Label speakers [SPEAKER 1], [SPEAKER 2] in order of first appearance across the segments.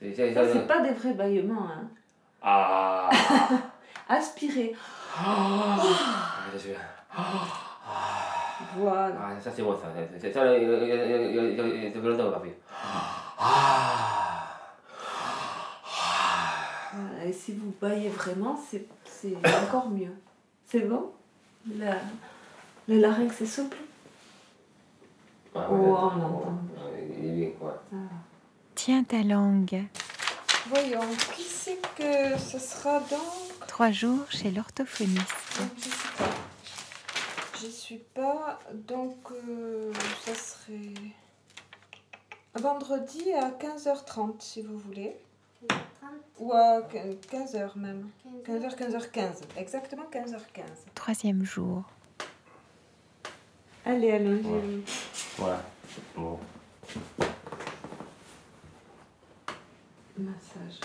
[SPEAKER 1] c'est-
[SPEAKER 2] Ça, c'est pas des vrais bâillements. Hein.
[SPEAKER 1] Ah
[SPEAKER 2] Aspirer.
[SPEAKER 1] Ah, je suis-
[SPEAKER 2] Voilà.
[SPEAKER 1] Ah, ça c'est bon ça. C'est- C'est ça le- le- le- le- le- ça fait longtemps qu'on n'a pas fait.
[SPEAKER 2] Voilà. Et si vous baillez vraiment, c'est c'est encore mieux. C'est bon la, Le larynx est souple
[SPEAKER 1] Ouais, ouais,
[SPEAKER 2] Oh,
[SPEAKER 1] ouais,
[SPEAKER 2] on entend.
[SPEAKER 1] ouais, Il est bien, ouais.
[SPEAKER 3] Tiens ta langue.
[SPEAKER 4] Voyons, qui c'est que ce sera donc
[SPEAKER 3] Trois jours chez l'orthophoniste.
[SPEAKER 4] Donc, Je sais pas. Je suis pas. Donc, euh, ça serait. Vendredi à 15h30, si vous voulez. Ou à 15h même. 15h, 15h15. Exactement 15h15.
[SPEAKER 3] Troisième jour.
[SPEAKER 2] Allez, allongez-vous.
[SPEAKER 1] Ouais. Voilà. Bon.
[SPEAKER 2] Massage.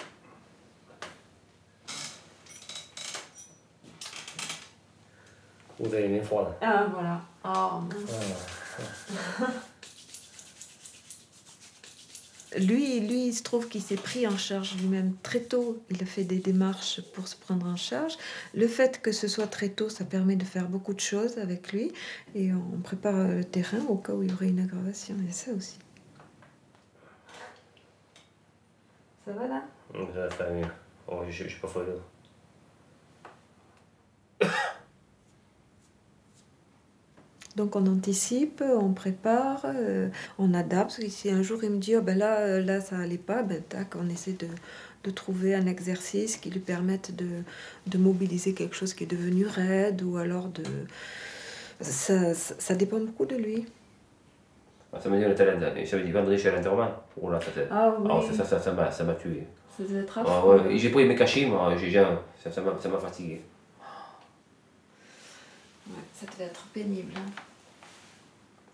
[SPEAKER 1] Vous avez bien froid là.
[SPEAKER 2] Ah, voilà. Oh, mince. Lui, lui, il se trouve qu'il s'est pris en charge lui-même très tôt. Il a fait des démarches pour se prendre en charge. Le fait que ce soit très tôt, ça permet de faire beaucoup de choses avec lui. Et on prépare le terrain au cas où il y aurait une aggravation. Il y a ça aussi. Ça va là
[SPEAKER 1] Ça, ça va mieux. Oh, je, je suis pas folle.
[SPEAKER 2] Donc on anticipe, on prépare, euh, on adapte. Parce que si un jour il me dit oh ben là, euh, là ça allait pas, ben tac, on essaie de, de trouver un exercice qui lui permette de, de mobiliser quelque chose qui est devenu raide ou alors de. Ça, ça, ça dépend beaucoup de lui.
[SPEAKER 1] Ah, ça me dit le talent. là. Ça veut dire vendredi chez l'enterrement. Oh là, ça t'a.
[SPEAKER 2] Ah
[SPEAKER 1] Ah, ça, ça, ça, ça m'a, ça m'a tué.
[SPEAKER 2] ça doit être
[SPEAKER 1] Ah, ouais, j'ai pris mes cachets, moi, j'ai, j'ai- ça, ça m'a, ça m'a fatigué.
[SPEAKER 2] ça devait être pénible. hein.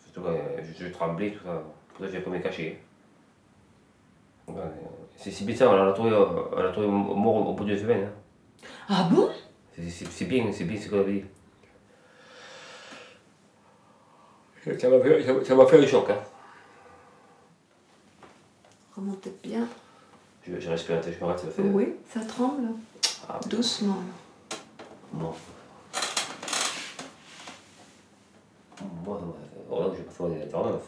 [SPEAKER 1] Surtout quand euh, je, je tremblais, tout ça. Pour ça, j'ai pris mes cachets. Ouais, euh, c'est, c'est bizarre, on l'a trouvé, euh, on l'a trouvé mort au bout d'une semaine. hein.
[SPEAKER 2] Ah bon
[SPEAKER 1] C'est, c'est, c'est bien, c'est bien ce qu'on avait dit. Ça m'a fait, ça, m'a- ça m'a fait un choc. Hein.
[SPEAKER 2] Remontez bien.
[SPEAKER 1] Je, je respire, attends, je me rate, ça m'a fait.
[SPEAKER 2] Oui, ça tremble.
[SPEAKER 1] Ah,
[SPEAKER 2] Doucement.
[SPEAKER 1] Moi. Moi, ça m'a fait- oh là, j'ai pas fait des tornades.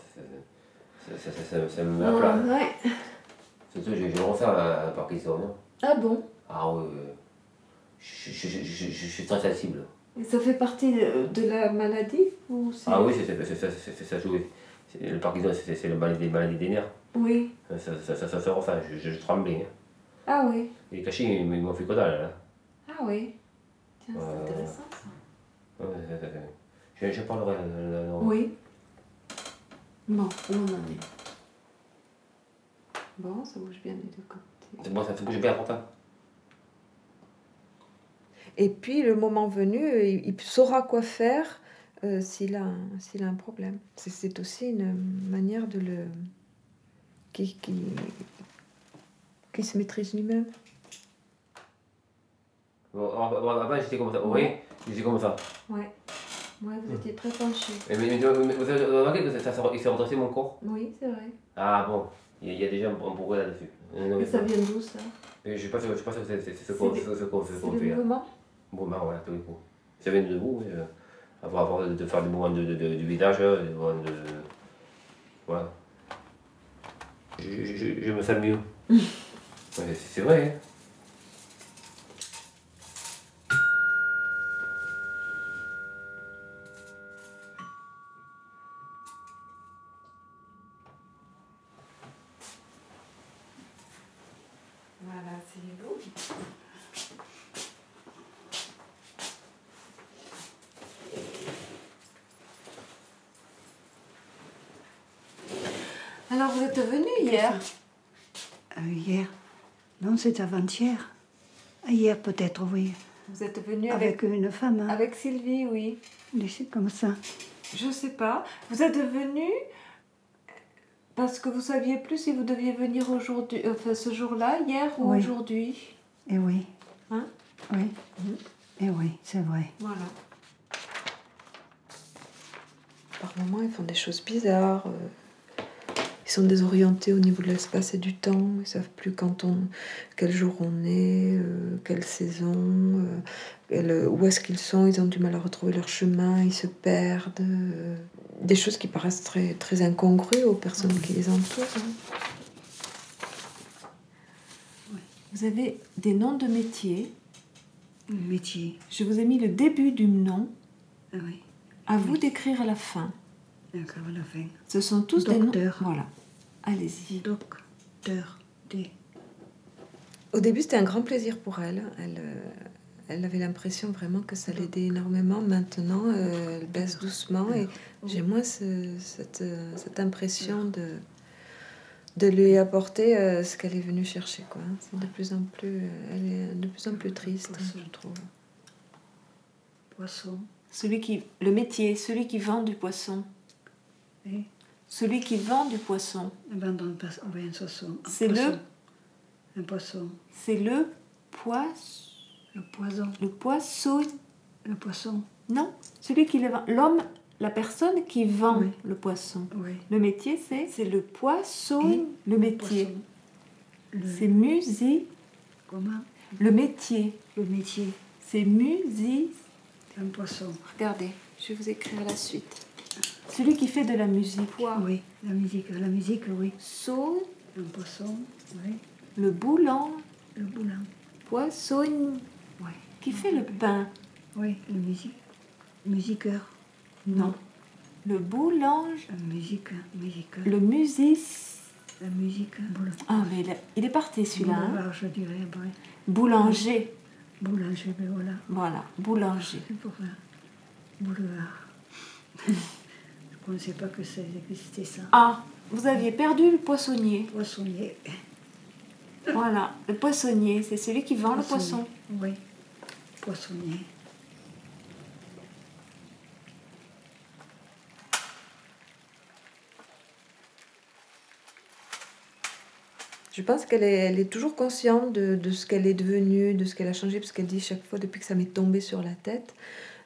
[SPEAKER 1] Ça, ça, ça, ça, ça me met à plat.
[SPEAKER 2] Ah, ouais.
[SPEAKER 1] Surtout, je, je le refais à, à Parkinson. hein.
[SPEAKER 2] ah bon
[SPEAKER 1] Ah oui, oui, oui. Je, je, je, je, je suis très sensible.
[SPEAKER 2] Et ça fait partie de, de la maladie ou c'est-
[SPEAKER 1] Ah oui, c'est c'est- c'est- c'est- c'est- ça joue. C'est- Le Parkinson, c'est c'est la maladie, maladie des nerfs.
[SPEAKER 2] Oui.
[SPEAKER 1] Ça, ça, ça, ça, ça se refait. Je, je, je tremblais. hein.
[SPEAKER 2] Ah oui.
[SPEAKER 1] Les cachets, ils m'ont fait que dalle. Hein.
[SPEAKER 2] Ah oui. Tiens,
[SPEAKER 1] Ouais, ouais,
[SPEAKER 2] c'est intéressant ça.
[SPEAKER 1] Ouais, ça- ça- ça- Je, je parlerai. euh, non.
[SPEAKER 2] Oui. Bon, où on en est Bon, ça bouge bien des deux côtés.
[SPEAKER 1] Moi, ça fait que j'ai bien important.
[SPEAKER 2] Et puis, le moment venu, il il saura quoi faire euh, s'il a, un- s'il a un problème. C'est- C'est aussi une manière de le. qui, qui, qui se maîtrise lui-même.
[SPEAKER 1] Bon, ah, avant- avant, bah, j'étais comme ça. Vous voyez J'étais comme ça.
[SPEAKER 2] Ouais. Ouais, vous étiez très penché.
[SPEAKER 1] Mais, mais, mais vous avez remarqué que ça, ça, il s'est redressé mon corps
[SPEAKER 2] Oui, c'est vrai.
[SPEAKER 1] Ah bon, il y, a- il y a déjà un, un pourquoi là-dessus. Non, non,
[SPEAKER 2] Et
[SPEAKER 1] mais-
[SPEAKER 2] ça vient d'où ça
[SPEAKER 1] mais je ne sais pas si c'est c'est- c'est ce qu'on
[SPEAKER 2] C'est
[SPEAKER 1] c'est ce qu'on- c'est
[SPEAKER 2] C'est
[SPEAKER 1] ce qu'on
[SPEAKER 2] le
[SPEAKER 1] fait. hein.
[SPEAKER 2] mouvement
[SPEAKER 1] Bon, ben voilà, tous les coups. Ça vient de vous, mais, euh, avoir, avoir, de faire des mouvements de, de, de- du visage, euh, des mouvements de. Voilà. Je, je- je- je me sens mieux. Ouais, c'est- c'est vrai, hein.
[SPEAKER 2] Voilà, c'est beau. Alors, vous êtes venu hier
[SPEAKER 5] Euh, hier Non, c'est avant-hier. Ah, Hier, peut-être, oui.
[SPEAKER 2] Vous êtes venu avec,
[SPEAKER 5] Avec une femme, hein.
[SPEAKER 2] avec Sylvie, oui.
[SPEAKER 5] Des choses comme ça.
[SPEAKER 2] Je sais pas. Vous êtes venu parce que vous saviez plus si vous deviez venir aujourd'hui, euh, enfin, ce jour-là, hier ou
[SPEAKER 5] Oui.
[SPEAKER 2] aujourd'hui.
[SPEAKER 5] Et Eh oui.
[SPEAKER 2] Hein
[SPEAKER 5] Oui. Et oui, c'est vrai.
[SPEAKER 2] Voilà. Par moments, ils font des choses bizarres. euh, Ils Ils sont désorientés au niveau de l'espace et du temps. Ils savent plus quand on, quel jour on est, euh, quelle saison, euh, quel- où est-ce qu'ils sont. Ils ont du mal à retrouver leur chemin. Ils se perdent. euh, des choses qui paraissent très, très incongrues aux personnes qui les entourent. hein.
[SPEAKER 6] Vous avez des noms de métiers.
[SPEAKER 5] Métier.
[SPEAKER 6] Je vous ai mis le début du nom.
[SPEAKER 5] Ah oui.
[SPEAKER 6] À vous d'écrire à la fin.
[SPEAKER 5] D'accord, à la fin.
[SPEAKER 6] Ce sont tous des noms.
[SPEAKER 5] Docteur.
[SPEAKER 6] Voilà. Allez-y.
[SPEAKER 5] Docteur D.
[SPEAKER 2] Au début, c'était un grand plaisir pour elle. Elle, euh, elle avait l'impression vraiment que ça l'aidait énormément. Maintenant, euh, elle baisse doucement et j'ai moins ce- cette, euh, cette impression de, de lui apporter euh, ce qu'elle est venue chercher. Quoi. C'est de plus en plus, euh, elle est de plus en plus triste, hein, je trouve.
[SPEAKER 5] Poisson.
[SPEAKER 6] Celui qui, le métier, celui qui vend du poisson.
[SPEAKER 5] Oui.
[SPEAKER 6] Celui qui vend du poisson,
[SPEAKER 5] Abandon pas. Oui, un poisson. Un
[SPEAKER 6] C'est
[SPEAKER 5] poisson.
[SPEAKER 6] le-
[SPEAKER 5] Un poisson.
[SPEAKER 6] c'est le poisson.
[SPEAKER 5] Le poison.
[SPEAKER 6] Le poisson.
[SPEAKER 5] Le poisson.
[SPEAKER 6] Non, celui qui le vend. L'homme, la personne qui vend
[SPEAKER 5] Oui.
[SPEAKER 6] le poisson.
[SPEAKER 5] Oui.
[SPEAKER 6] Le métier, c'est C'est le poisson.
[SPEAKER 5] Et
[SPEAKER 6] Le métier.
[SPEAKER 5] Poisson. Le-
[SPEAKER 6] C'est musique.
[SPEAKER 5] Comment
[SPEAKER 6] Le métier,
[SPEAKER 5] Le métier.
[SPEAKER 6] c'est musique.
[SPEAKER 5] Un poisson.
[SPEAKER 6] Regardez, je vais vous écrire la suite. Celui qui fait de la musique.
[SPEAKER 5] Oui. La musique. La musique, oui.
[SPEAKER 6] Poisson,
[SPEAKER 5] Un poisson. Oui.
[SPEAKER 6] le boulan,
[SPEAKER 5] Le boulin.
[SPEAKER 6] poisson.
[SPEAKER 5] Oui.
[SPEAKER 6] Qui fait le pain
[SPEAKER 5] Oui. La musique. Musiqueur.
[SPEAKER 6] Non. Le boulange,
[SPEAKER 5] Un musiqueur. Musiqueur.
[SPEAKER 6] le musicien.
[SPEAKER 5] La musique. Boulanger.
[SPEAKER 6] Ah, mais il, a- il est parti celui-là. hein.
[SPEAKER 5] je dirais. oui.
[SPEAKER 6] Boulanger.
[SPEAKER 5] Boulanger, mais voilà.
[SPEAKER 6] Voilà, boulanger.
[SPEAKER 5] C'est pour un boulevard. Je ne pensais pas que ça existait ça.
[SPEAKER 6] Ah, vous aviez perdu le poissonnier.
[SPEAKER 5] Poissonnier.
[SPEAKER 6] Voilà, le poissonnier, c'est celui qui vend le poisson.
[SPEAKER 5] Oui. Poissonnier.
[SPEAKER 2] Je pense qu'elle est, elle est toujours consciente de, de ce qu'elle est devenue, de ce qu'elle a changé, parce qu'elle dit chaque fois depuis que ça m'est tombé sur la tête,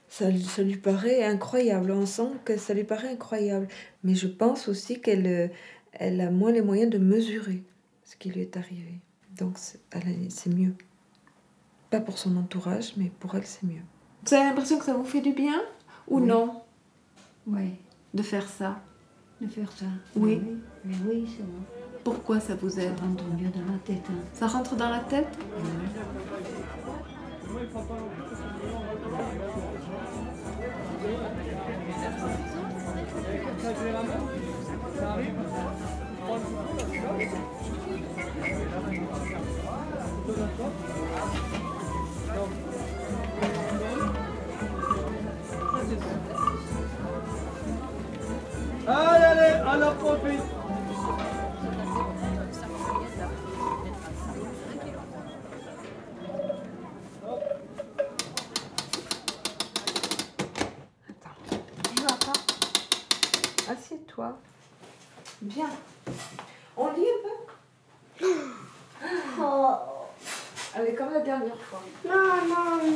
[SPEAKER 2] ça, lui- ça lui paraît incroyable. On sent que ça lui paraît incroyable. Mais je pense aussi qu'elle euh, elle a moins les moyens de mesurer ce qui lui est arrivé. Donc c'est elle est- c'est mieux. Pas pour son entourage, mais pour elle, c'est mieux.
[SPEAKER 6] Vous avez l'impression que ça vous fait du bien ou
[SPEAKER 5] Oui.
[SPEAKER 6] non
[SPEAKER 5] Oui.
[SPEAKER 6] de faire ça
[SPEAKER 5] De faire ça.
[SPEAKER 6] Oui.
[SPEAKER 5] Mais oui, mais oui, c'est bon.
[SPEAKER 6] Pourquoi ça vous
[SPEAKER 5] Ça
[SPEAKER 6] aide
[SPEAKER 5] rentre mieux dans la tête. hein.
[SPEAKER 6] Ça rentre dans la tête
[SPEAKER 7] Allez, allez, à la profite
[SPEAKER 2] Assieds-toi.
[SPEAKER 6] Bien.
[SPEAKER 2] On lit un peu Allez, comme la dernière fois.
[SPEAKER 8] Non, non.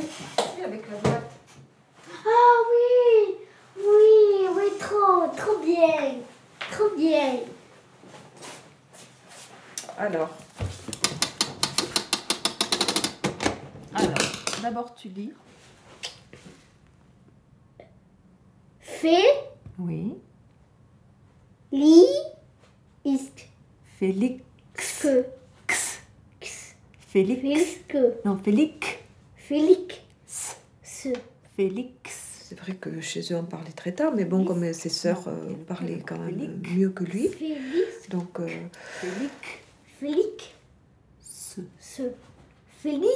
[SPEAKER 2] Avec la boîte.
[SPEAKER 8] Ah oui, oui, oui, trop, trop bien, trop bien.
[SPEAKER 2] Alors,
[SPEAKER 6] Alors, d'abord tu lis.
[SPEAKER 8] Fait,
[SPEAKER 6] Oui.
[SPEAKER 8] li, ist,
[SPEAKER 6] Félix.
[SPEAKER 8] que,
[SPEAKER 6] Félix.
[SPEAKER 8] félix, que,
[SPEAKER 6] Non, Félix.
[SPEAKER 8] félix, ce,
[SPEAKER 6] Félix.
[SPEAKER 2] C'est vrai que chez eux, on parlait très tard, mais bon, comme ses sœurs euh, parlaient quand même mieux que lui,
[SPEAKER 8] félix,
[SPEAKER 2] donc euh,
[SPEAKER 6] Félix.
[SPEAKER 8] félix,
[SPEAKER 6] Ce.
[SPEAKER 8] ce, félix,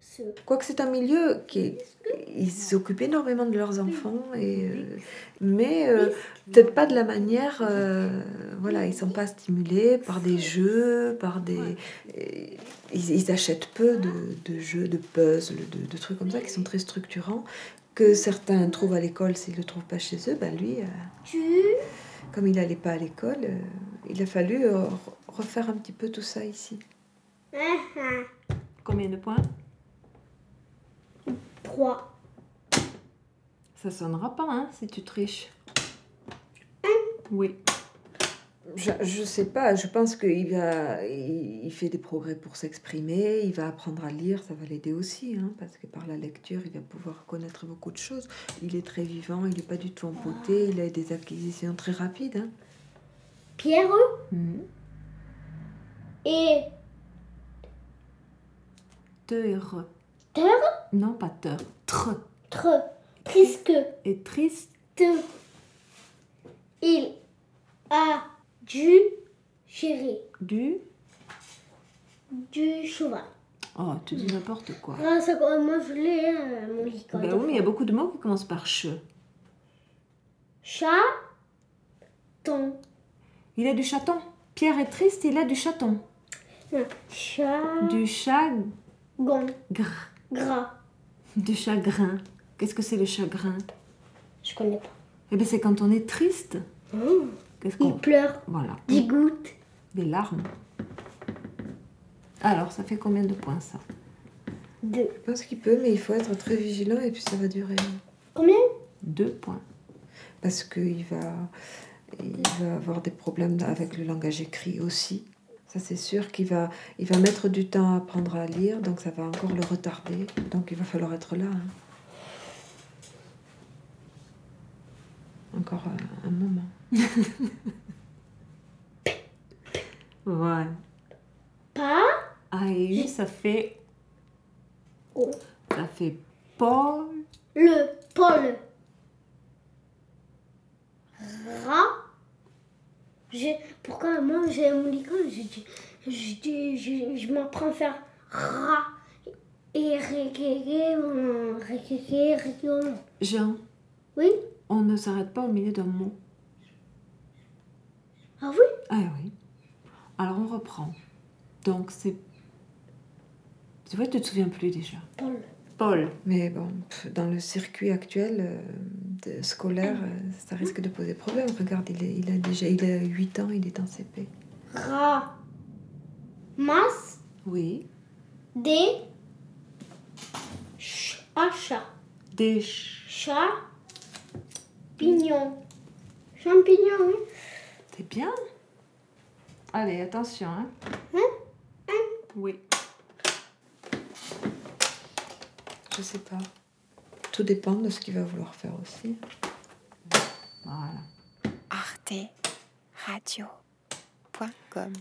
[SPEAKER 8] ce.
[SPEAKER 2] quoi que c'est un milieu qui est- ils s'occupent énormément de leurs enfants et euh, mais euh, peut-être pas de la manière euh, voilà ils sont pas stimulés par des jeux par des et ils, ils achètent peu de, de jeux de puzzles de, de trucs comme ça qui sont très structurants que certains trouvent à l'école s'ils le trouvent pas chez eux ben lui euh,
[SPEAKER 8] Tu,
[SPEAKER 2] comme il n'allait pas à l'école euh, il a fallu euh, re- refaire un petit peu tout ça ici
[SPEAKER 8] ah, ah,
[SPEAKER 6] Combien de points
[SPEAKER 8] trois,
[SPEAKER 6] Ça sonnera pas, hein, si tu triches. Oui.
[SPEAKER 2] Je ne sais pas, je pense qu'il va, il, il fait des progrès pour s'exprimer, il va apprendre à lire, ça va l'aider aussi, hein, parce que par la lecture, il va pouvoir connaître beaucoup de choses. Il est très vivant, il n'est pas du tout empoté, il a des acquisitions très rapides. hein.
[SPEAKER 8] Pierrot
[SPEAKER 6] Mhm.
[SPEAKER 8] et
[SPEAKER 6] Te et re.
[SPEAKER 8] Te
[SPEAKER 6] Non, pas te. Tre.
[SPEAKER 8] tre, presque
[SPEAKER 6] Et triste.
[SPEAKER 8] te. Il a dû gérer
[SPEAKER 6] Du.
[SPEAKER 8] du cheval.
[SPEAKER 6] Oh, tu dis n'importe quoi.
[SPEAKER 8] Ah, ça commence les euh, mon lit, quand
[SPEAKER 6] Ben
[SPEAKER 8] même.
[SPEAKER 6] oui, mais il y a beaucoup de mots qui commencent par che.
[SPEAKER 8] Chat, ton,
[SPEAKER 6] Il a du chaton. Pierre est triste, il a du chaton.
[SPEAKER 8] non, chat,
[SPEAKER 6] Du chat.
[SPEAKER 8] gon,
[SPEAKER 6] gr-
[SPEAKER 8] gras.
[SPEAKER 6] Du chagrin. Qu'est-ce que c'est le chagrin
[SPEAKER 8] Je connais pas.
[SPEAKER 6] Eh bien, c'est quand on est triste. Oh.
[SPEAKER 8] Mmh.
[SPEAKER 6] Qu'est-ce
[SPEAKER 8] Il
[SPEAKER 6] qu'on.
[SPEAKER 8] pleure,
[SPEAKER 6] Voilà.
[SPEAKER 8] il goutte.
[SPEAKER 6] Des larmes. Alors, ça fait combien de points ça
[SPEAKER 8] Deux.
[SPEAKER 2] Je pense qu'il peut, mais il faut être très vigilant et puis ça va durer.
[SPEAKER 8] Combien
[SPEAKER 6] Deux points.
[SPEAKER 2] Parce qu'il va, il va avoir des problèmes avec le langage écrit aussi. Ça, c'est sûr qu'il va, il va mettre du temps à apprendre à lire, donc ça va encore le retarder. Donc il va falloir être là. hein. Encore euh, un moment.
[SPEAKER 6] Ouais.
[SPEAKER 8] Pas
[SPEAKER 6] Ah, et U, ça fait.
[SPEAKER 8] Oh.
[SPEAKER 6] Ça fait Paul.
[SPEAKER 8] le Paul. Rat. J'ai- Pourquoi moi j'ai un moulican Je dis, je, dis- je, je m'apprends à faire rat. Et réquéqué, on réquéqué, réquéqué, on-
[SPEAKER 6] Jean,
[SPEAKER 8] Oui
[SPEAKER 6] on ne s'arrête pas au milieu d'un mot.
[SPEAKER 8] Ah oui
[SPEAKER 6] Ah oui. Alors, on reprend. Donc, c'est. Tu vois, tu te souviens plus déjà.
[SPEAKER 8] Paul.
[SPEAKER 6] Paul.
[SPEAKER 2] Mais bon, pff, dans le circuit actuel euh, de- scolaire, euh, ça risque de poser problème. Regarde, il, est- il a déjà il a 8 ans, il est en CP.
[SPEAKER 8] Rat. Mas.
[SPEAKER 6] Oui.
[SPEAKER 8] Des. Ch- à chat.
[SPEAKER 6] Des. ch-
[SPEAKER 8] Chat. Pignon. Champignon, oui.
[SPEAKER 6] C'est bien. Allez, attention, hein. Oui.
[SPEAKER 2] Je sais pas. Tout dépend de ce qu'il va vouloir faire aussi.
[SPEAKER 6] Voilà.
[SPEAKER 3] arte radio.com